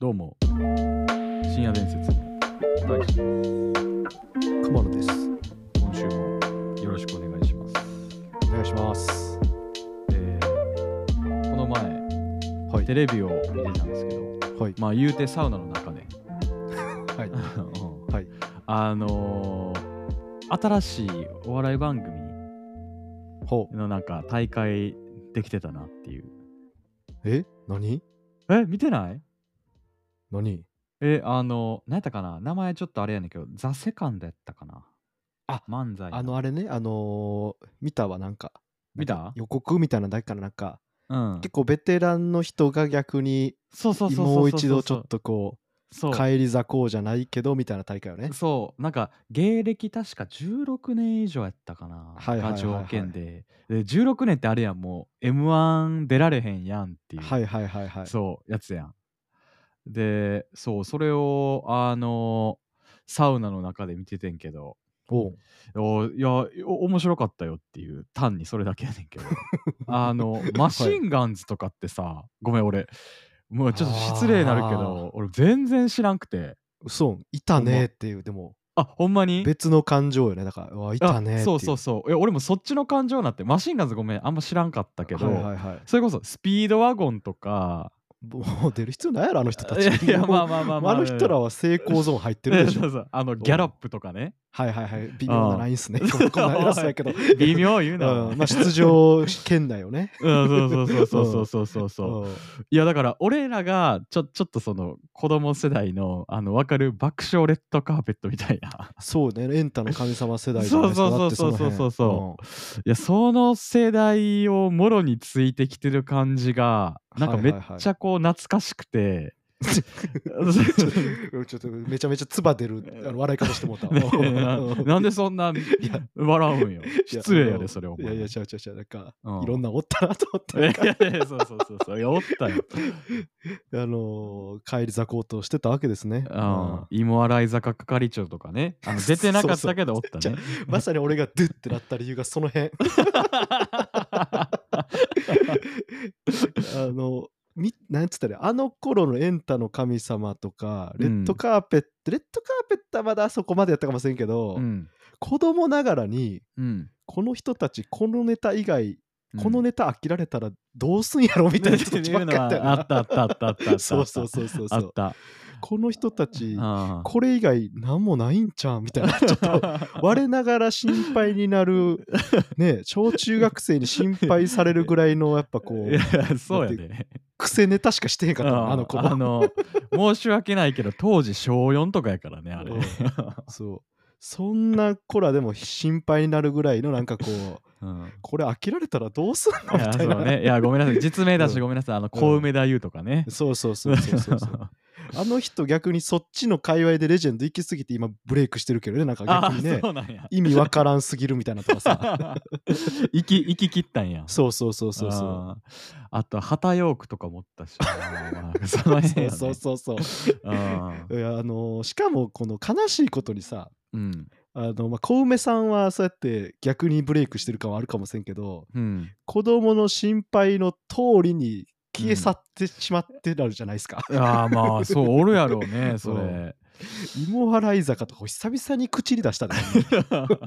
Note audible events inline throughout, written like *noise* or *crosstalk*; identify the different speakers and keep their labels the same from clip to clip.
Speaker 1: どうも深夜伝説の大地です
Speaker 2: マ野です。
Speaker 1: 今週もよろしくお願いします、
Speaker 2: お願いします。
Speaker 1: えーこの前
Speaker 2: はい
Speaker 1: テレビを見てたんですけど
Speaker 2: はい。
Speaker 1: まあ言うてサウナの中で、
Speaker 2: はい。
Speaker 1: は
Speaker 2: はい、
Speaker 1: あのー新しいお笑い番組
Speaker 2: ほう。
Speaker 1: のなんか大会できてたなっていう
Speaker 2: え何
Speaker 1: え見てない
Speaker 2: 何
Speaker 1: えあの何やったかな名前ちょっとあれやねんけどザ・セカンドやったかな
Speaker 2: あ
Speaker 1: 漫才
Speaker 2: あの、あれね、あのー見たわ、なんか。
Speaker 1: 見た
Speaker 2: 予告みたいなのだけかな、なんか、
Speaker 1: うん
Speaker 2: 結構ベテランの人が逆に、
Speaker 1: そうそうそうそう
Speaker 2: もう一度ちょっとこ、
Speaker 1: そうう
Speaker 2: 帰り咲こうじゃないけど、みたいな大会をね。
Speaker 1: そうなんか芸歴確か16年以上やったかな、
Speaker 2: はいはいはいはい
Speaker 1: が条件でで16年ってあれやんもう m 1出られへんやんっていう、
Speaker 2: はいはいはいはい。
Speaker 1: そうやつやんでそうそれをあのサウナの中で見ててんけど
Speaker 2: おう
Speaker 1: おいやお面白かったよっていう単にそれだけやねん
Speaker 2: *laughs*
Speaker 1: けどあのマシンガンズとかってさ、ごめん俺もうちょっと失礼になるけど俺全然知らんくて
Speaker 2: そう、いたねっていう、でも、
Speaker 1: あほんまに
Speaker 2: 別の感情よね。だから、うわ、い
Speaker 1: あ
Speaker 2: たねっていう。
Speaker 1: そうそうそういや俺もそっちの感情になってマシンガンズごめんあんま知らんかったけど、
Speaker 2: はいはいはい。
Speaker 1: それこそスピードワゴンとか
Speaker 2: もう出る必要ないやろ、あの人た
Speaker 1: い
Speaker 2: ち。
Speaker 1: やいや
Speaker 2: もう
Speaker 1: まあまあまあまあ
Speaker 2: あの人らは成功ゾーン入ってるでしょ
Speaker 1: *laughs* そ。うそうあのギャロップとかね。
Speaker 2: はいはいはい。微妙なラインっすね。こんな偉そうやけど
Speaker 1: *laughs* 微妙言うな、
Speaker 2: うん、まあ出場圏内をね。
Speaker 1: うんそうそうそうそうそう *laughs* そうそう、
Speaker 2: うん
Speaker 1: いやだから俺らがちょちょっとその子供世代のあの分かる爆笑レッドカーペットみたいな
Speaker 2: そうね、エンタの神様世代じゃないですか
Speaker 1: そうそうそうそうそうそ
Speaker 2: だって
Speaker 1: いやその世代をもろについてきてる感じがなんか
Speaker 2: はい
Speaker 1: め
Speaker 2: はい
Speaker 1: っ
Speaker 2: はい
Speaker 1: ちゃこう懐かしくて、
Speaker 2: の辺うんちょっと *laughs* めちゃめちゃ唾出るあの笑い方してもう
Speaker 1: *laughs*
Speaker 2: た。
Speaker 1: ねえ *laughs* な
Speaker 2: うん
Speaker 1: なんでそんな
Speaker 2: や
Speaker 1: 笑うんよ失礼や
Speaker 2: い
Speaker 1: で
Speaker 2: や
Speaker 1: それお
Speaker 2: い
Speaker 1: 前
Speaker 2: やいや、ちゃうちゃうちゃう、なんか、
Speaker 1: うん
Speaker 2: いろんなおったなと
Speaker 1: *laughs*
Speaker 2: 思
Speaker 1: いや
Speaker 2: っ
Speaker 1: い
Speaker 2: て、
Speaker 1: やいやそうそうそうそういやおったよ、
Speaker 2: あのー、帰り咲こうとしてたわけですね。
Speaker 1: う
Speaker 2: うん
Speaker 1: ん、芋洗坂係長とかねあの出てなかったけどおった
Speaker 2: *laughs* そう
Speaker 1: ね *laughs*
Speaker 2: まさに俺がドゥってなった理由がその辺。あの、みなんつったらいいあの頃のエンタの神様とか、レッドカーペット、レッドカーペットはまだあそこまでやったかもしれんけど、
Speaker 1: うん
Speaker 2: 子供ながらに、
Speaker 1: うん
Speaker 2: この人たち、このネタ以外、
Speaker 1: うん
Speaker 2: このネタ飽きられたらどうすんやろみたいな人
Speaker 1: *laughs*
Speaker 2: たちばっかやったよな
Speaker 1: あったあったあったあったあった。
Speaker 2: そうそうそうそうそ
Speaker 1: あっ
Speaker 2: う。
Speaker 1: た。
Speaker 2: この人たち、
Speaker 1: あ
Speaker 2: これ以外何もないんちゃうみたい
Speaker 1: *laughs*
Speaker 2: な、ちょっと。我ながら心配になる、ね、小中学生に心配されるぐらい
Speaker 1: *laughs*
Speaker 2: の、やっぱこ、
Speaker 1: いうや、そうやね。
Speaker 2: 癖ネタしかしてへんかったな、あの子
Speaker 1: あの、申し訳ないけど、当時小4とかやからね、あれ
Speaker 2: うん。そう。そんな子らでも心配になるぐらいの、なんかこ
Speaker 1: *laughs*
Speaker 2: う、 *laughs*
Speaker 1: うん
Speaker 2: これ飽きられたらどうすんの
Speaker 1: い
Speaker 2: み
Speaker 1: や、
Speaker 2: た
Speaker 1: そ
Speaker 2: いうな。
Speaker 1: ね。いや、ごめんなさい。実名だし、
Speaker 2: うん
Speaker 1: ごめんなさい。あの、小梅田優とかね。
Speaker 2: そうそうそうそうそ
Speaker 1: *laughs*
Speaker 2: うそう。あの人逆にそっちの界隈でレジェンド行きすぎて今ブレイクしてるけどね、なんか
Speaker 1: あ
Speaker 2: 逆にね、
Speaker 1: そうなんや。
Speaker 2: 意味わからんすぎるみたいなとか
Speaker 1: *laughs*
Speaker 2: さ。
Speaker 1: 生き、生き切ったんや。
Speaker 2: そうそうそうそうそう。
Speaker 1: あーあと、旗ヨークとか持ったしな。その辺やね
Speaker 2: そうそうそう
Speaker 1: うん
Speaker 2: そう。いや、あのーしかもこの悲しいことにさ、
Speaker 1: うん。
Speaker 2: あのまあ、小梅さんはそうやって逆にブレイクしてる感はあるかもしれんけど
Speaker 1: うん。
Speaker 2: 子供の心配の通りに消え去ってしまってなるじゃないですか、
Speaker 1: ああまあそうおるやろうねそれ。
Speaker 2: *laughs* 芋洗い坂とか久々に口に
Speaker 1: *laughs*
Speaker 2: 出したね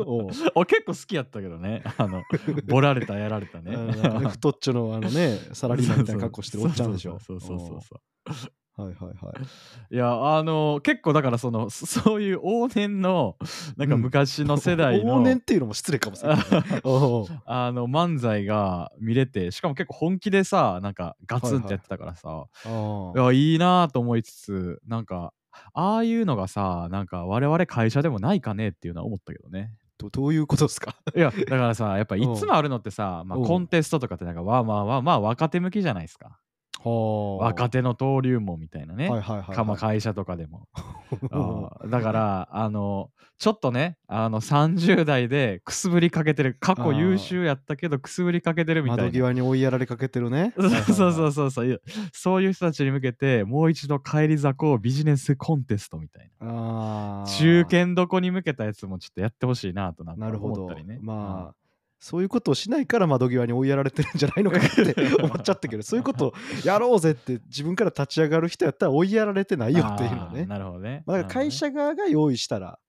Speaker 2: おう
Speaker 1: 俺結構好きやったけどねあのボラれたやられた
Speaker 2: あ
Speaker 1: ね。
Speaker 2: のなんかね太っちょのあのねサラリーマンみたいな格好してるおっちゃんでし
Speaker 1: *laughs*
Speaker 2: ょ
Speaker 1: そうそうそうそうそう
Speaker 2: おうはいはいはい
Speaker 1: いやあの結構だからそのそそういう往年のなんか
Speaker 2: うん
Speaker 1: 昔の世代の、
Speaker 2: 往年っていうのも失礼かもしれ
Speaker 1: *laughs*
Speaker 2: ない、ね、おう
Speaker 1: あの漫才が見れてしかも結構本気でさなんかガツンってやってたからさ、
Speaker 2: あ
Speaker 1: い
Speaker 2: あ
Speaker 1: やいいなと思いつつなんかああいうのがさなんか我々会社でもないかねっていうのは思ったけどね。
Speaker 2: どどういうことですか
Speaker 1: いやだ
Speaker 2: *laughs*
Speaker 1: からさやっぱいつもあるのってさ、まあ、
Speaker 2: う
Speaker 1: *laughs*
Speaker 2: ん
Speaker 1: コンテストとかってなんかわあまあまあまあ若手向きじゃないですか。若
Speaker 2: 手
Speaker 1: 手の登竜門みたいなね、
Speaker 2: はいはいはいはい。
Speaker 1: かまあ会社とかで
Speaker 2: *laughs*
Speaker 1: もあーだからあのちょっとねあの30代でくすぶりかけてる過
Speaker 2: あ
Speaker 1: 去
Speaker 2: ー
Speaker 1: 優秀やったけどくすぶりかけてるみたいな
Speaker 2: 窓際に追いやられかけてるね。。
Speaker 1: *laughs* そうそううそうそういうそういう人たちに向けてもう一度返り咲こうビジネスコンテストみたい
Speaker 2: あ
Speaker 1: な
Speaker 2: あ。
Speaker 1: 中堅どこに向けたやつもちょっとやってほしいなとなんか
Speaker 2: なるほ
Speaker 1: 思っ
Speaker 2: ど
Speaker 1: たりね。
Speaker 2: まあ、そういうことをしないから窓際に追いやられてるんじゃないのかなって思っちゃったけ *laughs* ど、そういうことをやろうぜって自分から立ち上がる人やったら追いやられてない
Speaker 1: い
Speaker 2: よっていうのはね。
Speaker 1: なるほどね
Speaker 2: *laughs* まあ、だから会社側が用意したら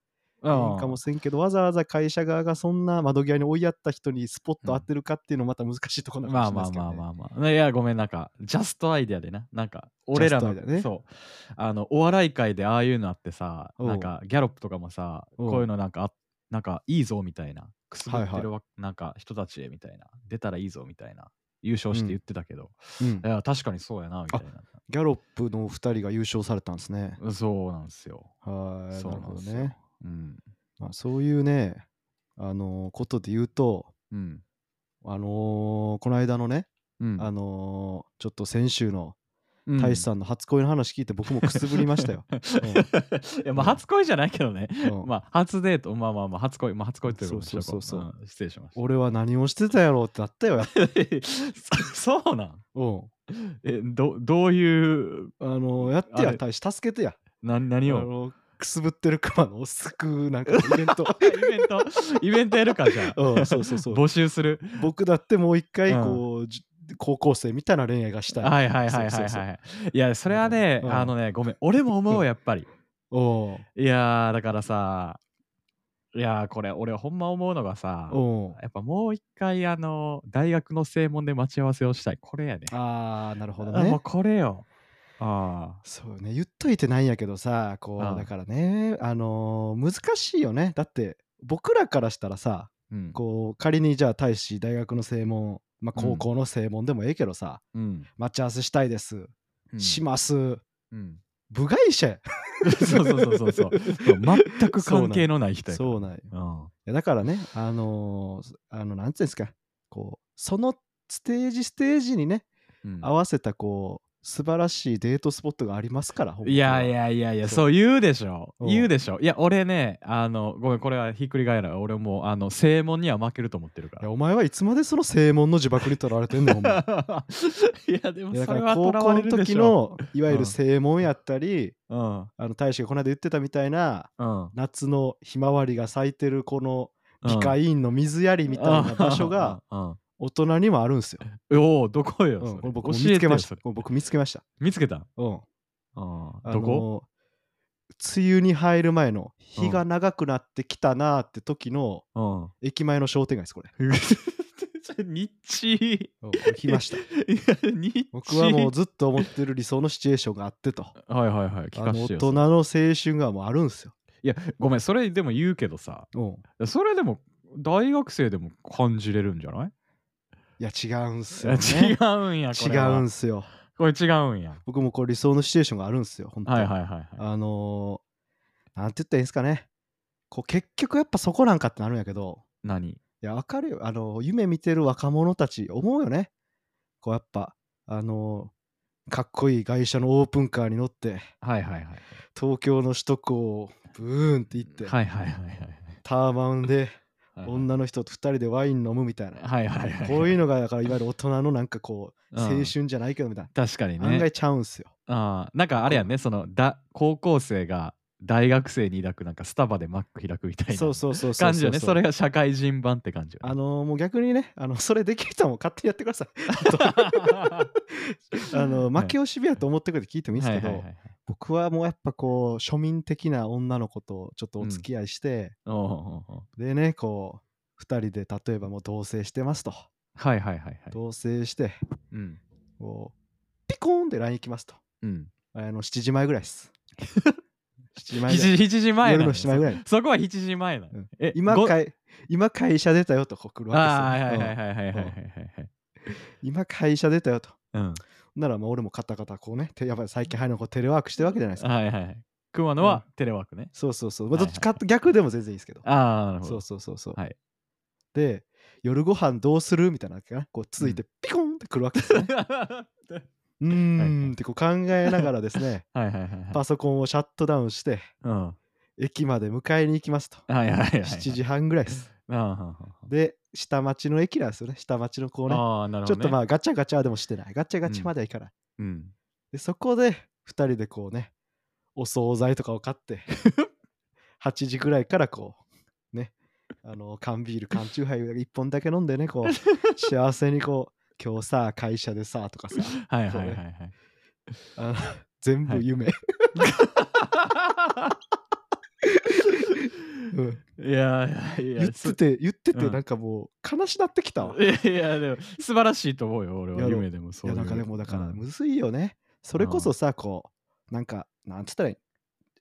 Speaker 1: いい
Speaker 2: いいかもしれんけど、わざわざ会社側がそんな窓際に追いやった人にスポット当てるかっていうのまた難しいところな
Speaker 1: まあ
Speaker 2: のかも
Speaker 1: ま
Speaker 2: し
Speaker 1: あ
Speaker 2: れな
Speaker 1: ま
Speaker 2: い
Speaker 1: あ
Speaker 2: ですけどね。
Speaker 1: まあまあ。いや、ごめん、なんか、ジャストアイデアでな。なんか、俺らの、
Speaker 2: ジャストアイデアね
Speaker 1: そう。あの、お笑い界でああいうのあってさ、
Speaker 2: おう
Speaker 1: なんか、ギャロップとかもさ、
Speaker 2: おう
Speaker 1: こういうのなんか、あなんか、いいぞみたいな。くすぶって
Speaker 2: はい
Speaker 1: るわ、なんか、人たちへみたいな。出たらいいぞみたいな。優勝して言ってたけど、
Speaker 2: うん
Speaker 1: いや、確かにそうやな、みたいな。
Speaker 2: ギャロップのお二人が優勝されたんですね。
Speaker 1: そうなんですよ。
Speaker 2: はい、
Speaker 1: そ
Speaker 2: な
Speaker 1: う
Speaker 2: る
Speaker 1: な
Speaker 2: ほ
Speaker 1: んで
Speaker 2: ど
Speaker 1: すよ
Speaker 2: ね。
Speaker 1: うん。
Speaker 2: まあ、そういうね、あのーことで言うと、
Speaker 1: うん。
Speaker 2: あのーこの間のね、
Speaker 1: うん。
Speaker 2: あのーちょっと先週の
Speaker 1: うん
Speaker 2: 大志さんの初恋の話聞いて僕もくすぶりまし
Speaker 1: *laughs*
Speaker 2: たよ。
Speaker 1: いやまあ初恋じゃないけどね、
Speaker 2: うん
Speaker 1: まあ初デートまあまあまあ初恋まあ初恋ということでしょ
Speaker 2: そうそうそうそうん
Speaker 1: 失礼しました
Speaker 2: 俺は何をしてたやろうってなったよ。やっぱ
Speaker 1: *laughs* そそうなん
Speaker 2: うん
Speaker 1: えどどういう
Speaker 2: あのーやって
Speaker 1: あ
Speaker 2: や、
Speaker 1: れ
Speaker 2: 大志助けてや。
Speaker 1: な
Speaker 2: あ
Speaker 1: 何を
Speaker 2: のーくすぶってる熊の救うなんかイベント。
Speaker 1: *laughs* イベントイベントやるかじゃあ
Speaker 2: うん、そう *laughs* そうそう。
Speaker 1: 募集する
Speaker 2: 僕だってもう一回
Speaker 1: うん
Speaker 2: こう、じ高校生みたいな恋愛がしたい。
Speaker 1: はいはいはいはい
Speaker 2: そう
Speaker 1: はい
Speaker 2: そうそう
Speaker 1: いやそれはね、
Speaker 2: うん
Speaker 1: あのねごめん俺も思うやっぱり
Speaker 2: おう
Speaker 1: いやーだからさいやーこれ俺ほんま思うのがさ
Speaker 2: おう
Speaker 1: やっぱもう一回あの大学の正門で待ち合わせをしたいこれやね
Speaker 2: ああ、なるほど
Speaker 1: あも
Speaker 2: ね
Speaker 1: う。これよあ
Speaker 2: そうね、言っといてないんやけどさ、こ
Speaker 1: ああ
Speaker 2: う、だからね、あのー難しいよね。だって、僕らからしたらさ、
Speaker 1: あうん
Speaker 2: こう、仮にじゃあ、大使、大学の正門、まあ、
Speaker 1: うん
Speaker 2: 高校の正門でもええけどさ、
Speaker 1: うん
Speaker 2: 待ち合わせしたいです、
Speaker 1: うん
Speaker 2: します、
Speaker 1: うん
Speaker 2: 部外者や
Speaker 1: そうそうそうそうそう。全く関係のない人やから。
Speaker 2: *laughs* そうなんよいうやだからね、あのーあの、なんていうんですか、こう、そのステージステージにね、
Speaker 1: んうん
Speaker 2: 合わせた、こう、素晴らしいデートスポットがありますから、ほんまに
Speaker 1: いやい。やいやいや、
Speaker 2: そ
Speaker 1: そう言うでしょ。
Speaker 2: うん
Speaker 1: 言うでしょ。いや、俺ね、あの、ごめん、これはひっくり返らない。俺もう、あの、正門には負けると思ってるか
Speaker 2: いや
Speaker 1: ら。
Speaker 2: お前はいつまでその正門の呪縛にとらわれてんの、ほんま
Speaker 1: いや、で
Speaker 2: い
Speaker 1: も *laughs*
Speaker 2: やだ
Speaker 1: そ
Speaker 2: か
Speaker 1: れ
Speaker 2: ら
Speaker 1: は
Speaker 2: 高
Speaker 1: 囚
Speaker 2: 校
Speaker 1: われ
Speaker 2: の
Speaker 1: るで
Speaker 2: 時
Speaker 1: しょ。
Speaker 2: のいわゆる正門やったり、
Speaker 1: うん。
Speaker 2: あの大使がこの間言ってたみたいな
Speaker 1: うん。
Speaker 2: 夏のひまわりが咲いてるこの
Speaker 1: うん
Speaker 2: 美化委員の水やりみたいな場所が。
Speaker 1: *laughs* うんうんうん
Speaker 2: 大人にもあるんですよ。
Speaker 1: おお、どこよ。
Speaker 2: うん、
Speaker 1: それ
Speaker 2: これ僕
Speaker 1: 教
Speaker 2: も
Speaker 1: え
Speaker 2: 見つ
Speaker 1: て
Speaker 2: け
Speaker 1: よ
Speaker 2: まし
Speaker 1: そ
Speaker 2: た
Speaker 1: れ。
Speaker 2: これ僕見つけました。
Speaker 1: 見つけた。
Speaker 2: うん、
Speaker 1: うん
Speaker 2: あの
Speaker 1: どこ
Speaker 2: 梅雨に入る前の日が長くなってきたなーって時の
Speaker 1: うん。
Speaker 2: *laughs* 駅前の商店街です、これ。
Speaker 1: それ日中。
Speaker 2: うんこれ来
Speaker 1: *laughs*
Speaker 2: ました。
Speaker 1: いや、日中。
Speaker 2: 僕はもうずっと思ってる理想のシチュエーションがあってと。
Speaker 1: はいはいはい、聞
Speaker 2: あ
Speaker 1: か
Speaker 2: の
Speaker 1: せ
Speaker 2: 大
Speaker 1: てよ。
Speaker 2: 人の青春がもうあるんですよ。
Speaker 1: いや、ごめん、それでも言うけどさ、
Speaker 2: うん、
Speaker 1: それでも大学生でも感じれるんじゃない
Speaker 2: いや違うんす
Speaker 1: い
Speaker 2: よ、
Speaker 1: や
Speaker 2: ね。
Speaker 1: *laughs* 違うんや、こ
Speaker 2: 違
Speaker 1: れは。
Speaker 2: うんすよ。
Speaker 1: これ違うんや。
Speaker 2: 僕もこう理想のシチュエーションがあるんですよ、本当
Speaker 1: はいはいはいはい。
Speaker 2: あのーなんて言ったらいいんですかね。こう結局やっぱそこなんかってなるんやけど、
Speaker 1: 何
Speaker 2: いや、わかるよ。あのー夢見てる若者たち、思うよね。こうやっぱ、あのーかっこいい会社のオープンカーに乗って、
Speaker 1: はいはいはい。
Speaker 2: 東京の首都高をブーンって行って、
Speaker 1: はいはいはいはい。
Speaker 2: ターバンで
Speaker 1: はい
Speaker 2: 女の人と2人でワイン飲むみたいな。
Speaker 1: はいはいはい。
Speaker 2: こういうのが、だからいわゆる大人のなんかこう、
Speaker 1: うん
Speaker 2: 青春じゃないけどみたい
Speaker 1: 確かに
Speaker 2: な。案
Speaker 1: ね
Speaker 2: 外。ちゃうんすよ。
Speaker 1: あーなんかあれやね、そのだ高校生が大学生に抱くなんかスタバでマック開くみたいな
Speaker 2: そうそうそうそうそう
Speaker 1: 感じよね。それが社会人版って感じよ
Speaker 2: あ
Speaker 1: ね。
Speaker 2: のーもう逆にね、あのそれできる人はもう勝手にやってください。
Speaker 1: *laughs*
Speaker 2: あの負け惜しみやと思ってくれて聞いてもいいんですけど、
Speaker 1: はいはいはいはい
Speaker 2: 僕はもうやっぱこう庶民的な女の子とちょっとお付き合いして、
Speaker 1: おうおうおう
Speaker 2: でねこう2人で例えばもう同棲してますと
Speaker 1: はいはいはいはい。
Speaker 2: 同棲して
Speaker 1: うん。
Speaker 2: こうピコーンで LINE 行きますと
Speaker 1: うん。
Speaker 2: あの7時前ぐらいです
Speaker 1: *laughs*
Speaker 2: 7時前ぐらい
Speaker 1: 7時7時前な
Speaker 2: 夜
Speaker 1: の
Speaker 2: の
Speaker 1: よ
Speaker 2: 7時前ぐらい
Speaker 1: そこは7時前なの、
Speaker 2: うん
Speaker 1: え
Speaker 2: 今
Speaker 1: ご
Speaker 2: 会今会社出たよとこう来る
Speaker 1: あ
Speaker 2: わ
Speaker 1: ー
Speaker 2: け
Speaker 1: は
Speaker 2: で
Speaker 1: い
Speaker 2: すよ
Speaker 1: はいはいはいはいはいは
Speaker 2: う
Speaker 1: い
Speaker 2: ん今会社出たよと
Speaker 1: うん
Speaker 2: ならもう俺もカタカタこうねてやっぱり最近入るのこうテレワークしてるわけじゃないですか
Speaker 1: はいはい熊野はテレワークね、
Speaker 2: そうそうそう、まあ、
Speaker 1: はい
Speaker 2: どっちかって逆でも全然いいですけど
Speaker 1: ああなるほ
Speaker 2: そ
Speaker 1: ど
Speaker 2: うそうそうそう。
Speaker 1: はい
Speaker 2: で、
Speaker 1: *laughs*
Speaker 2: 夜ご飯どうするみたいなのがこう続いてピコンってくるわけですね。うーんってこう考えながらですね
Speaker 1: *laughs* はいはいはいはい。
Speaker 2: パソコンをシャットダウンして
Speaker 1: うん。は
Speaker 2: 駅まで迎えに行きますと
Speaker 1: いはいはいはい。
Speaker 2: 7時半ぐらいです
Speaker 1: あーはんはんはん
Speaker 2: で下町の駅なんですよね下町のこうね
Speaker 1: あー、なるほ
Speaker 2: ち
Speaker 1: ど
Speaker 2: ょっ
Speaker 1: ね。
Speaker 2: とま
Speaker 1: あ、
Speaker 2: あガチャガチャはでもしてないガチャガチャまではいかない、
Speaker 1: うん。
Speaker 2: でそこで2人でこうねお惣菜とかを買って8時ぐらいからこうねあの缶ビール缶チューハイ1本だけ飲んでねこう幸せにこう今日さ会社でさとかさ
Speaker 1: はいはいはいはい。
Speaker 2: あの全部夢、うん
Speaker 1: いやいやい
Speaker 2: 言っ
Speaker 1: や、
Speaker 2: てて言ってて
Speaker 1: うん
Speaker 2: なんかもう悲しなってきたわ、
Speaker 1: いやいやでも素晴らしいと思うよ俺
Speaker 2: いや
Speaker 1: は
Speaker 2: でも
Speaker 1: 夢でもそう
Speaker 2: い
Speaker 1: い
Speaker 2: や
Speaker 1: う
Speaker 2: なんかでもだから
Speaker 1: うん
Speaker 2: むずいよね。それこそさこうなんかなんつったらいい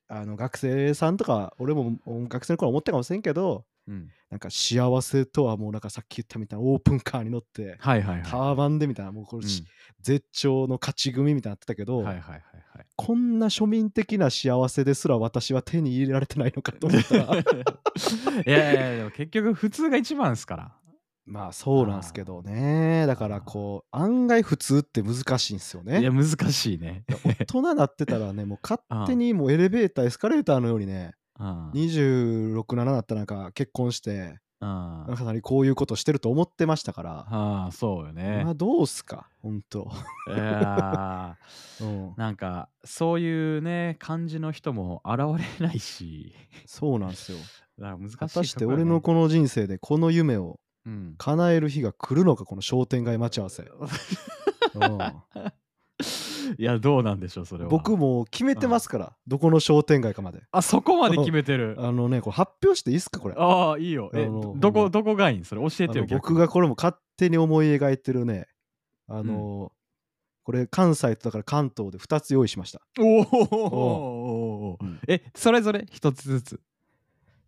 Speaker 2: あの学生さんとか俺もお学生の頃思ったかもしれんけど
Speaker 1: うん
Speaker 2: なんか幸せとはもうなんかさっき言ったみたいなオープンカーに乗って
Speaker 1: はいはいはい
Speaker 2: タワマンでみたいなもうこれ、絶頂の勝ち組みたいになってたけど、
Speaker 1: うんはいはいはいはい
Speaker 2: こんな庶民的な幸せですら私は手に入れられてないのかと思ったら
Speaker 1: *laughs* いやいやいやでも結局普通が一番ですから
Speaker 2: まあそうなんすけどねだからこう案外普通って難しいんすよね。
Speaker 1: いや難しいね
Speaker 2: 大人になってたらねもう勝手にもうエレベーターエスカレーターのよう
Speaker 1: *laughs*
Speaker 2: にね
Speaker 1: うん
Speaker 2: 267だったらなんか結婚して
Speaker 1: うん
Speaker 2: なん
Speaker 1: あ
Speaker 2: かなりこういうことしてると思ってましたから、
Speaker 1: あそうよね
Speaker 2: まあどうすか本当、
Speaker 1: いや
Speaker 2: うん
Speaker 1: ー、なんかそういうね感じの人も現れないし
Speaker 2: そうなんですよ
Speaker 1: だから難しい
Speaker 2: 果たして
Speaker 1: とこよ
Speaker 2: 俺
Speaker 1: ね
Speaker 2: のこの人生でこの夢を
Speaker 1: うん
Speaker 2: 叶える日が来るのかこの商店街待ち合わせ、う
Speaker 1: いやどうなんでしょうそれ
Speaker 2: ん、
Speaker 1: は
Speaker 2: 僕もう決めてますから、どこの商店街かまで
Speaker 1: あそこまで決めてる
Speaker 2: あのねこれ発表していいっすかこれあ
Speaker 1: ああいいよえ
Speaker 2: あの
Speaker 1: どどこどこがいいんそれ教えて
Speaker 2: の
Speaker 1: よ
Speaker 2: 僕
Speaker 1: 逆に
Speaker 2: がこれも勝手に思い描いてるねあの、これ関西とだから関東で2つ用意しました
Speaker 1: おーおーおーおーお
Speaker 2: う
Speaker 1: ー
Speaker 2: ん
Speaker 1: えそれぞれ一つずつ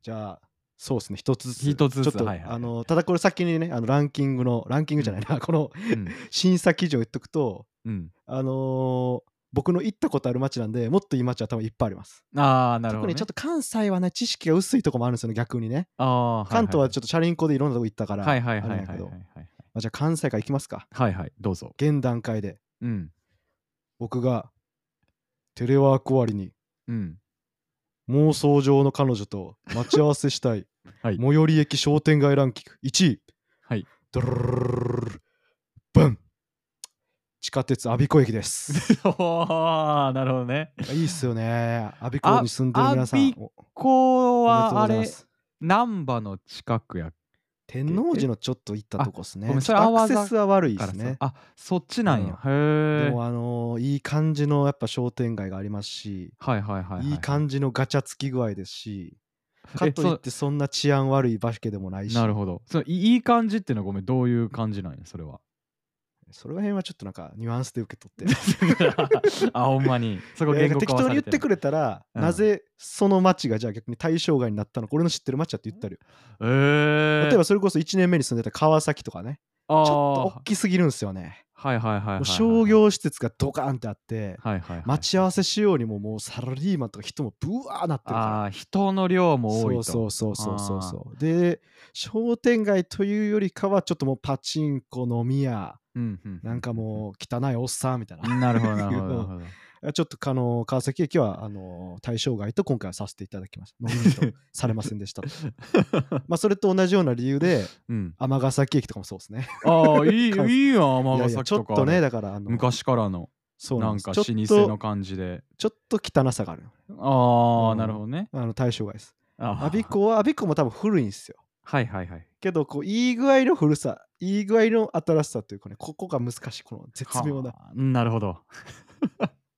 Speaker 2: じゃあ、そうですね、一つずつ。
Speaker 1: 一つずつ
Speaker 2: ちょっと、
Speaker 1: はいはいはい
Speaker 2: あの、ただこれ先にね、あのランキングの、ランキングじゃないな、この
Speaker 1: うん
Speaker 2: 審査基準を言っとくと、
Speaker 1: うん
Speaker 2: あのー僕の行ったことある街なんで、もっといい街は多分いっぱいあります。
Speaker 1: ああなるほ
Speaker 2: 特
Speaker 1: どね
Speaker 2: にちょっと関西はね、知識が薄いとこもあるんですよね、逆にね。
Speaker 1: あー
Speaker 2: 関東はちょっとチャリンコでいろんなとこ行ったから、
Speaker 1: はいはいはい
Speaker 2: あ
Speaker 1: はい
Speaker 2: れな
Speaker 1: はいはい
Speaker 2: んやけど
Speaker 1: はいはい
Speaker 2: まあじゃあ関西から行きますか。
Speaker 1: はいはいどうぞ
Speaker 2: 現段階で、
Speaker 1: うん
Speaker 2: 僕がテレワーク終わりに
Speaker 1: うん
Speaker 2: 妄想上の彼女と待ち合わせしたい
Speaker 1: はい
Speaker 2: 最寄り駅商店街ランキング1位 *laughs*
Speaker 1: はい
Speaker 2: ドルルルルルルブン地下鉄我孫子駅です
Speaker 1: おおなるほどね
Speaker 2: いいっすよね我孫子に住んでる皆さん
Speaker 1: あ
Speaker 2: おお
Speaker 1: ここ
Speaker 2: めで
Speaker 1: は
Speaker 2: とうご
Speaker 1: あ
Speaker 2: ざいま
Speaker 1: れ
Speaker 2: す
Speaker 1: 難波の近くや
Speaker 2: 天王寺のちょっと行ったとこっす
Speaker 1: あご
Speaker 2: ね
Speaker 1: めん
Speaker 2: ち
Speaker 1: そ
Speaker 2: ょ
Speaker 1: れ
Speaker 2: っとア
Speaker 1: 泡
Speaker 2: ク
Speaker 1: 坂
Speaker 2: セスは悪いで
Speaker 1: から
Speaker 2: す
Speaker 1: さ、
Speaker 2: ね
Speaker 1: あそっちなんや、へ
Speaker 2: で
Speaker 1: え
Speaker 2: もあのーいい感じのやっぱ商店街がありますし
Speaker 1: はいはいはい、はい、
Speaker 2: いい感じのガチャつき具合ですし
Speaker 1: え
Speaker 2: かとい
Speaker 1: そ
Speaker 2: っ
Speaker 1: う
Speaker 2: てそんな治安悪い場所でもないし
Speaker 1: なるほどそのいいい感じっていうのはごめんどういう感じなんやそれ
Speaker 2: *laughs*
Speaker 1: は
Speaker 2: それら辺はちょっとなんかニュアンスで受け取って。
Speaker 1: あほんまに *laughs* そこ
Speaker 2: いや
Speaker 1: 言
Speaker 2: なん
Speaker 1: 語
Speaker 2: か
Speaker 1: 化
Speaker 2: 適
Speaker 1: は
Speaker 2: 当
Speaker 1: さ
Speaker 2: に言
Speaker 1: れ
Speaker 2: っててくれたら、
Speaker 1: うん
Speaker 2: なぜその町がじゃあ逆に対象外になったのか俺の知ってる町だって言ったるよ、
Speaker 1: えー、
Speaker 2: 例えばそれこそ1年目に住んでた川崎とかね
Speaker 1: あー
Speaker 2: ちょっと大きすぎるんですよね、
Speaker 1: はいはいはいはいはい、
Speaker 2: もう商業施設がドカーンってあって、
Speaker 1: はいはい、はい、
Speaker 2: 待ち合わせしようにももうサラリーマンとか人もブワーなってる
Speaker 1: あ
Speaker 2: か
Speaker 1: ー人の量
Speaker 2: ら
Speaker 1: も多い
Speaker 2: そう
Speaker 1: と
Speaker 2: そうそうそうそうそうで商店街というよりかはちょっともうパチンコ飲み屋
Speaker 1: うんうん、
Speaker 2: なんかもう汚いおっさんみたいな
Speaker 1: うんなるほどなる *laughs* ほど
Speaker 2: うん
Speaker 1: なるほど
Speaker 2: あちょっとあの川崎駅はあの対象外と今回はさせていただきました。ノミネ
Speaker 1: *laughs*
Speaker 2: ートされませんでしたと。まあそれと同じような理由で
Speaker 1: うん、
Speaker 2: 尼崎駅とかもそうですね。
Speaker 1: ああ
Speaker 2: *laughs*
Speaker 1: いい
Speaker 2: 関
Speaker 1: いいや
Speaker 2: い
Speaker 1: *laughs*
Speaker 2: や
Speaker 1: 尼
Speaker 2: いや
Speaker 1: 崎
Speaker 2: ちょ
Speaker 1: と
Speaker 2: っ
Speaker 1: か
Speaker 2: と
Speaker 1: あ
Speaker 2: ね
Speaker 1: る
Speaker 2: だからあの
Speaker 1: 昔からの
Speaker 2: そう
Speaker 1: な
Speaker 2: なん
Speaker 1: ん
Speaker 2: です
Speaker 1: か
Speaker 2: ちょ
Speaker 1: 老
Speaker 2: っ
Speaker 1: 舗の
Speaker 2: と
Speaker 1: 感じで
Speaker 2: ちょっと汚さがある。
Speaker 1: ああ、
Speaker 2: うん
Speaker 1: なるほどね
Speaker 2: あの対象外です。
Speaker 1: あ
Speaker 2: 阿鼻子は阿鼻子も多分古いんですよ。
Speaker 1: はいはいはい
Speaker 2: けどこういい具合の古さ、いい具合の新しさというかね、ここが難しいこの絶妙な。
Speaker 1: はあなるほど、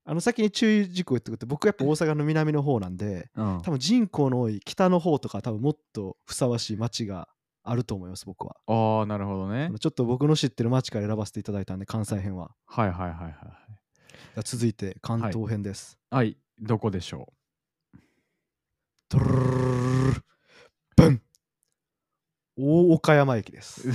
Speaker 2: あの先に注意事項言ってくって僕はやっぱ大阪の南の方なんで。
Speaker 1: うん、
Speaker 2: 多分人口の多い北の方とか多分もっとふさわしい街があると思います僕は
Speaker 1: ああなるほどね
Speaker 2: あのちょっと僕の知ってる街から選ばせていただいたんで関西編は
Speaker 1: はいはいはいはい
Speaker 2: じゃあ続いて関東編です、
Speaker 1: はいはいどこでしょ
Speaker 2: トゥルルルルルブン大岡山駅です
Speaker 1: う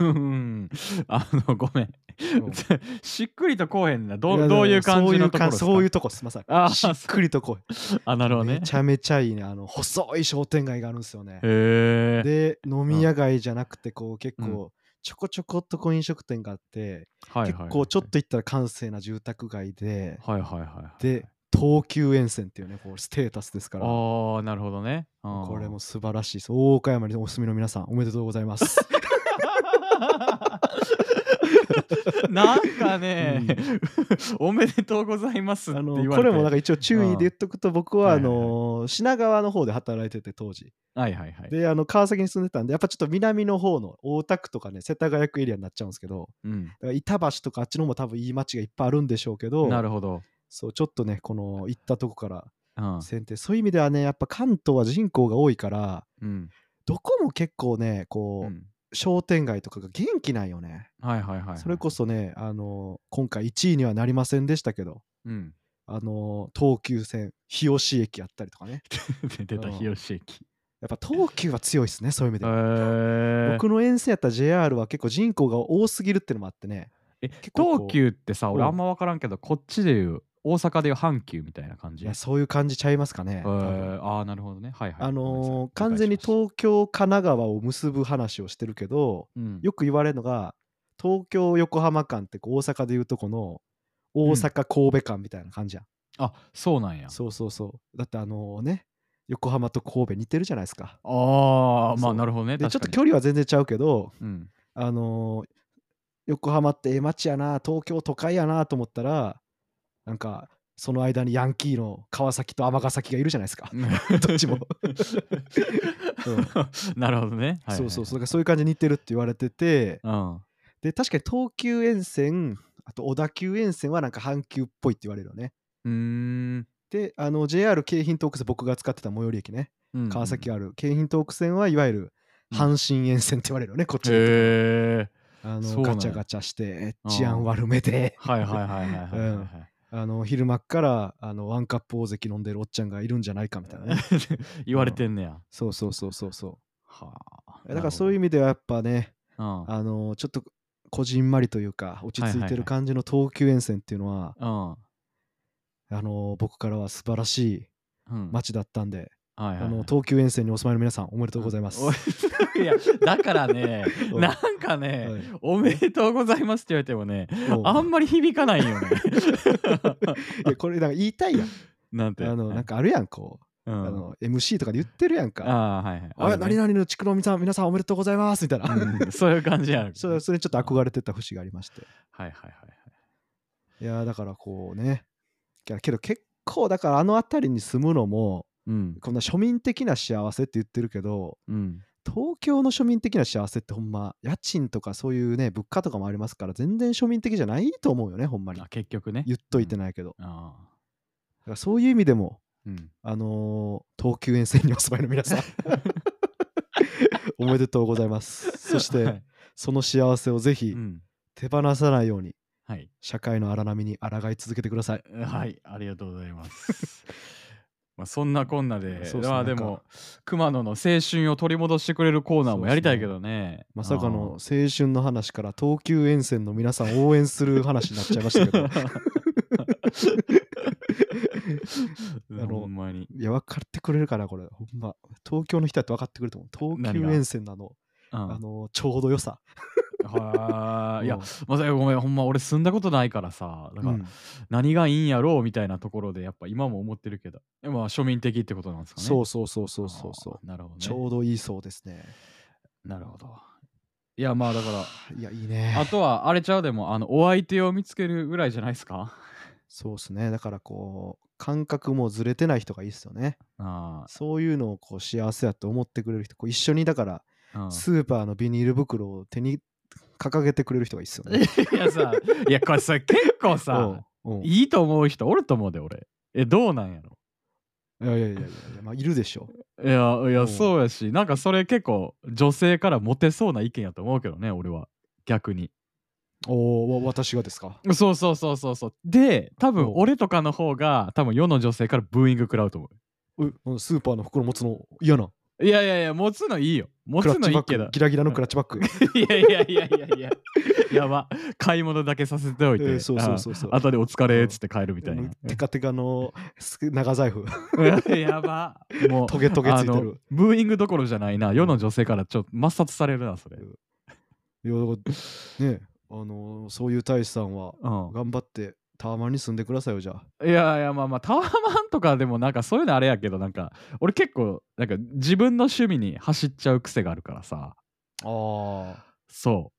Speaker 1: うん *laughs* あのごめん *laughs* しっくりとこうへんなど
Speaker 2: や
Speaker 1: うどういう感じのところですか
Speaker 2: そういうかそういうとこですまさ
Speaker 1: あ
Speaker 2: にしっくりとこ
Speaker 1: あなるほど
Speaker 2: め
Speaker 1: ね
Speaker 2: ちゃめちゃいいねあの細い商店街があるんですよね
Speaker 1: へえ
Speaker 2: で飲み屋街じゃなくてこう結構ちょこちょこっとこう飲食店があって、
Speaker 1: はいはい
Speaker 2: 結構ちょっと行ったら閑静な住宅街で、
Speaker 1: はいはいはいはい
Speaker 2: で東急沿線っていうねこうステータスですから
Speaker 1: ああなるほどね、うん
Speaker 2: これも素晴らしいです大岡山にお住みの皆さんおめでとうございます、
Speaker 1: *laughs* なんかね、おめでとうございますっ
Speaker 2: あ
Speaker 1: て言われ
Speaker 2: の
Speaker 1: て
Speaker 2: これもなんか一応注意で言っとくと僕は
Speaker 1: う
Speaker 2: あ
Speaker 1: んはいはいはい
Speaker 2: の品川の方で働いてて当時
Speaker 1: はいはいはい、
Speaker 2: であの川崎に住んでたんでやっぱちょっと南の方の大田区とかね世田谷区エリアになっちゃうんですけど
Speaker 1: うん、
Speaker 2: だから板橋とかあっちの方も多分いい街がいっぱいあるんでしょうけど
Speaker 1: なるほど、
Speaker 2: そうちょっとねこの行ったとこから
Speaker 1: うん
Speaker 2: 選定そういう意味ではねやっぱ関東は人口が多いから
Speaker 1: うん
Speaker 2: どこも結構ねこう、
Speaker 1: うん
Speaker 2: 商店街とかが元気なんよね、
Speaker 1: はいはいはいはい
Speaker 2: それこそねあの今回1位にはなりませんでしたけど
Speaker 1: うん、
Speaker 2: あの東急線日吉駅あったりとかね
Speaker 1: 出た
Speaker 2: うん
Speaker 1: 日吉駅
Speaker 2: やっぱ東急は強いですねそういう意味
Speaker 1: え
Speaker 2: では、僕の沿線やったら JR は結構人口が多すぎるってのもあってね
Speaker 1: え
Speaker 2: 結構こう
Speaker 1: 東急ってさ俺
Speaker 2: うん
Speaker 1: あんま分からんけどこっちでいう大阪でいう阪急みたいな感
Speaker 2: い
Speaker 1: じ
Speaker 2: やそういう感じちゃいますか
Speaker 1: え
Speaker 2: ね、多分
Speaker 1: ー、ああなるほどねはいはい
Speaker 2: あのー完全に
Speaker 1: 東
Speaker 2: 東京神奈川を結ぶ話をしてるけど
Speaker 1: うん、
Speaker 2: よく言われるのが東京横浜間ってこう大阪でいうとこの大阪神戸間みたいな感じや、
Speaker 1: あそうなんや
Speaker 2: ん、そうそうそうだってあのね横浜と神戸似てるじゃないですか
Speaker 1: ああま
Speaker 2: そ
Speaker 1: あ
Speaker 2: う
Speaker 1: なるほどね
Speaker 2: でちょっと
Speaker 1: 確か
Speaker 2: 距離は全然ちゃうけど
Speaker 1: にうん
Speaker 2: あのー横浜ってええ街やな東京都会やなと思ったらなんかその間にヤンキーの川崎と尼崎がいるじゃないで
Speaker 1: *laughs*
Speaker 2: すかどっちも
Speaker 1: なるほどね、はいはいはい
Speaker 2: そうそうそうだからそういう感じに似てるって言われてて
Speaker 1: うん
Speaker 2: で確かに東急沿線あと小田急沿線はなんか阪急っぽいって言われるよね
Speaker 1: うーん
Speaker 2: であの JR 京浜東北線僕が使ってた最寄り駅ね
Speaker 1: うん
Speaker 2: 川崎
Speaker 1: へ
Speaker 2: ある京浜東北線はいわゆる
Speaker 1: うん
Speaker 2: 阪神沿線って言われるよねこっちの
Speaker 1: え
Speaker 2: あ
Speaker 1: そう
Speaker 2: の
Speaker 1: なんや
Speaker 2: ガチャガチャして
Speaker 1: うん
Speaker 2: 治安悪めで
Speaker 1: はいはいはいはいはいはいはい
Speaker 2: *laughs* あの昼間っからあのワンカップ大関飲んでるおっちゃんがいるんじゃないかみたいな
Speaker 1: *laughs*
Speaker 2: ね
Speaker 1: 言われてんねや、
Speaker 2: そうそうそうそうそ
Speaker 1: はあ
Speaker 2: うだからそういう意
Speaker 1: 味、
Speaker 2: 味ではやっぱね
Speaker 1: うん
Speaker 2: あのちょっとこじんまりというか落ち
Speaker 1: はい
Speaker 2: 着
Speaker 1: はいい
Speaker 2: て
Speaker 1: は
Speaker 2: る
Speaker 1: い
Speaker 2: 感じの東急沿線っていうのは、
Speaker 1: うん
Speaker 2: あの僕からは素晴らしい
Speaker 1: うん、
Speaker 2: 街だったんで、
Speaker 1: はいはいはい
Speaker 2: あの東急沿線にお住まいの皆さんおめでとうございます。
Speaker 1: おい *laughs* やだからね
Speaker 2: うん
Speaker 1: なんかね、おめでとうございますって言われてもねあん
Speaker 2: ま
Speaker 1: まり響かないよ
Speaker 2: *laughs*
Speaker 1: ね
Speaker 2: これなんか言いたいやん。
Speaker 1: なんて
Speaker 2: あのなんかあるやんこ
Speaker 1: う
Speaker 2: う、
Speaker 1: ん
Speaker 2: あの MC とかで言ってるやんか。
Speaker 1: あーはいはい
Speaker 2: あ
Speaker 1: ある
Speaker 2: 何
Speaker 1: ね
Speaker 2: 々の地区の皆さん皆さんおめでとうございますみたいな。
Speaker 1: うんそういう感じやる
Speaker 2: *laughs* それそれにちょっと憧れてた節がありまして。
Speaker 1: はいはいはい
Speaker 2: いやーだからこうねいやけど結構だからあの辺りに住むのも
Speaker 1: うん
Speaker 2: こんな庶民的な幸せって言ってるけど
Speaker 1: うん
Speaker 2: 東京の庶民的な幸せってほんま家賃とかそういうね物価とかもありますから全然庶民的じゃないと思うよねほんまに
Speaker 1: あ結局ね
Speaker 2: 言っといてないけど、
Speaker 1: あ
Speaker 2: だからそういう意味でも
Speaker 1: ーうん
Speaker 2: あのー東急沿線にお住まいの
Speaker 1: *laughs*
Speaker 2: 皆さんおめでとうございますそし
Speaker 1: は
Speaker 2: て
Speaker 1: い
Speaker 2: その幸せをぜひ
Speaker 1: うん
Speaker 2: 手放さないように
Speaker 1: はい
Speaker 2: 社会の荒波に抗い続けてください
Speaker 1: はい、ありがとうございます。 *laughs* まあそんなこんなで、
Speaker 2: そうっ
Speaker 1: ま
Speaker 2: すねな
Speaker 1: あ
Speaker 2: ん
Speaker 1: で
Speaker 2: か
Speaker 1: も、熊野の青春を取り戻してくれるコーナーもやりたいけどね。
Speaker 2: まさかの青春の話から東急沿線の皆さんを応援する話になっちゃいましたけど
Speaker 1: *laughs* あ
Speaker 2: あ
Speaker 1: ー。
Speaker 2: の
Speaker 1: ほんまに。
Speaker 2: いや分かってくれるかなこれほんま東京の人だって分かってくると思う東
Speaker 1: 何
Speaker 2: 急
Speaker 1: が
Speaker 2: 沿線なの
Speaker 1: うん
Speaker 2: あのーちょうど良さ
Speaker 1: はーいや
Speaker 2: うん、
Speaker 1: まさかごめん、ほんま俺住んだことないからさ、だから
Speaker 2: うん
Speaker 1: 何がいいんやろうみたいなところで、やっぱ今も思ってるけど、でもまあ庶民的ってことなんですかね。
Speaker 2: そうそうそうそうそうそう
Speaker 1: あーなるほど、ね。
Speaker 2: ちょうどいいそうですね
Speaker 1: なるほど。いや、まあだから、
Speaker 2: いやいいね
Speaker 1: *laughs* あとはあれちゃうでもあのお相手を見つけるぐらいじゃないですか
Speaker 2: そうですね。だからこう、感覚もずれてない人がいいですよね。
Speaker 1: あ
Speaker 2: そういうのをこう幸せやと思ってくれる人、こう一緒にだから、
Speaker 1: あ、
Speaker 2: *laughs*
Speaker 1: うん
Speaker 2: スーパーのビニール袋を手に掲げてくれる人がいいですよね。
Speaker 1: いやさ *laughs* いやこれさ結構さ
Speaker 2: うんうんい
Speaker 1: いいと思う人おると思うで俺えどうなんやろ
Speaker 2: やいやいやいやいや、まあ、いるでしょう。
Speaker 1: いやいうや
Speaker 2: ん
Speaker 1: そうやしなんかそれ結構女性からモテそうな意見やと思うけどね俺は逆に
Speaker 2: おお、私がですか。
Speaker 1: そうそうそうそうそうで多分
Speaker 2: おう
Speaker 1: 俺とかの方が多分世の女性からブーイング食らうと思
Speaker 2: ううんスーパーの袋持つの嫌な。
Speaker 1: ういやいやいや持つのいいよ持
Speaker 2: クラ
Speaker 1: つ
Speaker 2: ッ
Speaker 1: の
Speaker 2: チ
Speaker 1: い
Speaker 2: バ
Speaker 1: いけ
Speaker 2: ッグ
Speaker 1: ど。
Speaker 2: ギラギラのクラッチバッグ。
Speaker 1: *laughs* いやいやいやいやいややば買い物だけさせておいて、
Speaker 2: えーそうそうそうそう。
Speaker 1: あとでお疲れっつって帰るみたいな。
Speaker 2: テカテカのす長
Speaker 1: *laughs*
Speaker 2: 財布、
Speaker 1: やば。もう、
Speaker 2: トゲトゲつい
Speaker 1: あ
Speaker 2: て
Speaker 1: の
Speaker 2: る。
Speaker 1: ブーイングどころじゃないな。世の女性からちょっと抹殺されるな、それ。
Speaker 2: いやだからねあのそういう大使さんは
Speaker 1: うん
Speaker 2: 頑張ってタワマンに住んでくださいよじゃあ
Speaker 1: いやいやまあまあタワマンとかでもなんかそういうのあれやけどなんか俺結構なんか自分の趣味に走っちゃう癖があるからさ
Speaker 2: あ
Speaker 1: そ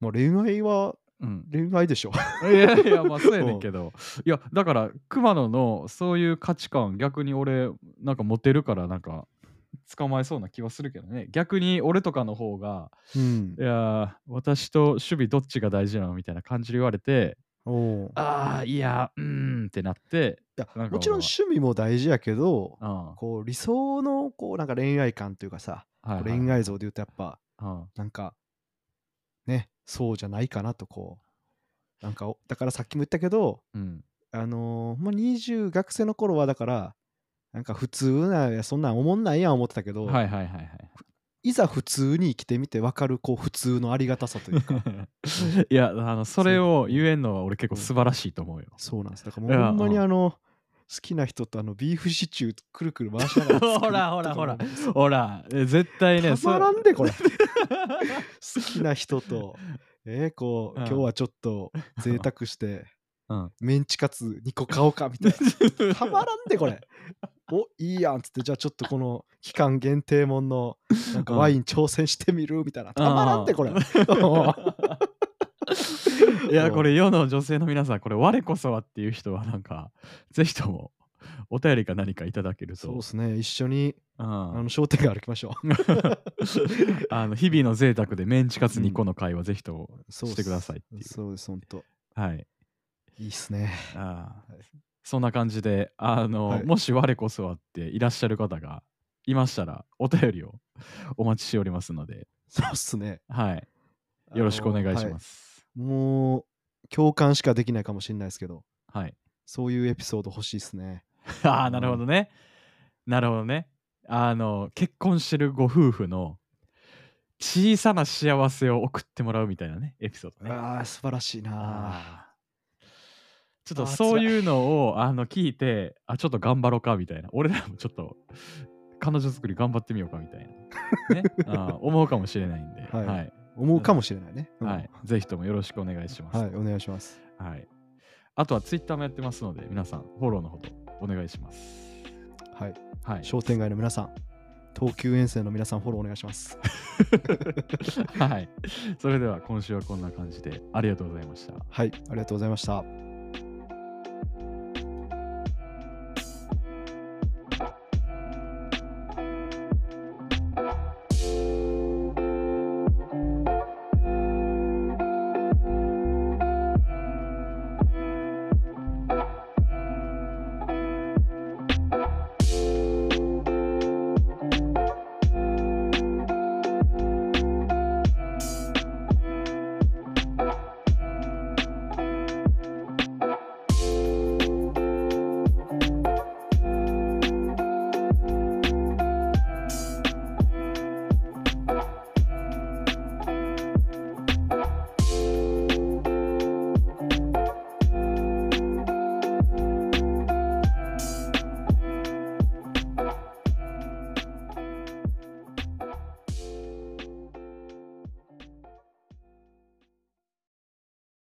Speaker 2: まあ恋愛は
Speaker 1: う、うん、
Speaker 2: 恋愛で
Speaker 1: *laughs*
Speaker 2: しょ
Speaker 1: いやいやまあそうやねんけどいやだから熊野のそういう価値観逆に俺なんかモテるからなんか捕まえそうな気はするけどね逆に俺とかの方が
Speaker 2: うん
Speaker 1: いやー私と守備どっちが大事なのみたいな感じで言われて
Speaker 2: おうい
Speaker 1: ああいやうーんってなって
Speaker 2: や
Speaker 1: なんか
Speaker 2: もちろん趣味も大事やけど
Speaker 1: うん、は
Speaker 2: こう理想のこうなんか恋愛観というかさ
Speaker 1: いはい
Speaker 2: 恋愛像で言うとやっぱ
Speaker 1: うん
Speaker 2: なんかねそうじゃないかなとこうなんかおだからさっきも言ったけど
Speaker 1: うん
Speaker 2: あのーまあ、20学生の頃はだからなんか普通ないやそんなん思んないやん思ってたけど、
Speaker 1: はいはいはいはい
Speaker 2: い、ざ普通に生きてみて分かるこう普通のありがたさという
Speaker 1: *laughs*
Speaker 2: か
Speaker 1: いやあのそれを言えんのは俺結構素晴らしいと
Speaker 2: *laughs*
Speaker 1: 思うよ。
Speaker 2: そうなんですだから
Speaker 1: い
Speaker 2: もう
Speaker 1: や
Speaker 2: ほんまに
Speaker 1: うん
Speaker 2: あの好きな人とあのビーフシチューくるくる回しながら
Speaker 1: ほらほらほら
Speaker 2: 作るとかも
Speaker 1: ほらえ絶対ね
Speaker 2: たまら
Speaker 1: *laughs*
Speaker 2: ん
Speaker 1: そ
Speaker 2: でこれ好きな人とえー、こう、
Speaker 1: うん
Speaker 2: 今日はちょっと贅沢して、
Speaker 1: うん
Speaker 2: メンチカツ2個買おうかみたいな
Speaker 1: *laughs*
Speaker 2: たまらんでこれ。おいいやんっつってじゃあちょっとこの期間限定もんのなんか
Speaker 1: うん
Speaker 2: ワイン挑戦してみるみたいなたまらんでこれ。 *laughs* おう
Speaker 1: いやこれ世の女性の皆さんこれ我こそはっていう人はなんかぜひともお便りか何かいただける
Speaker 2: そう
Speaker 1: と
Speaker 2: ですね一緒に
Speaker 1: うん *laughs*
Speaker 2: あの商店街歩きましょう。
Speaker 1: あの日々の贅沢でメンチカツ2個の会はぜひとも
Speaker 2: そうっす
Speaker 1: してくださいっていう
Speaker 2: そうです本当
Speaker 1: はい
Speaker 2: いいっすね。
Speaker 1: あー
Speaker 2: はい
Speaker 1: そんな感じであの、
Speaker 2: はい
Speaker 1: もし我こそはっていらっしゃる方がいましたらお便りをお待ちしておりますので
Speaker 2: そうっすね。。
Speaker 1: はいよろしくお願いしますす
Speaker 2: もう共感しかできないかもしれないですけど
Speaker 1: はい、
Speaker 2: そういうエピソード欲しいっすね。
Speaker 1: ああなるほどねなるほどねあの結婚してるご夫婦の小さな幸せを送ってもらうみたいなねエピソードね
Speaker 2: ああ素晴らしいな。
Speaker 1: あーちょっと
Speaker 2: あー
Speaker 1: そういうのをあの聞いてあちょっと頑張ろうかみたいな俺らもちょっと彼女作り頑張ってみようかみたいな、
Speaker 2: *laughs*
Speaker 1: ね、あー思うかもしれないんで、は
Speaker 2: はいい思うかもしれないね。うん
Speaker 1: はいぜひともよろしくお願いします、
Speaker 2: はいお願いします。
Speaker 1: はいあとはツイッターもやってますので皆さんフォローのほどお願いします
Speaker 2: はい。
Speaker 1: はい *laughs*
Speaker 2: 商店街の皆さん、東急沿線の皆さん、フォローお願いします。
Speaker 1: はい。それでは今週はこんな感じでありがとうございました。
Speaker 2: はい、ありがとうございました。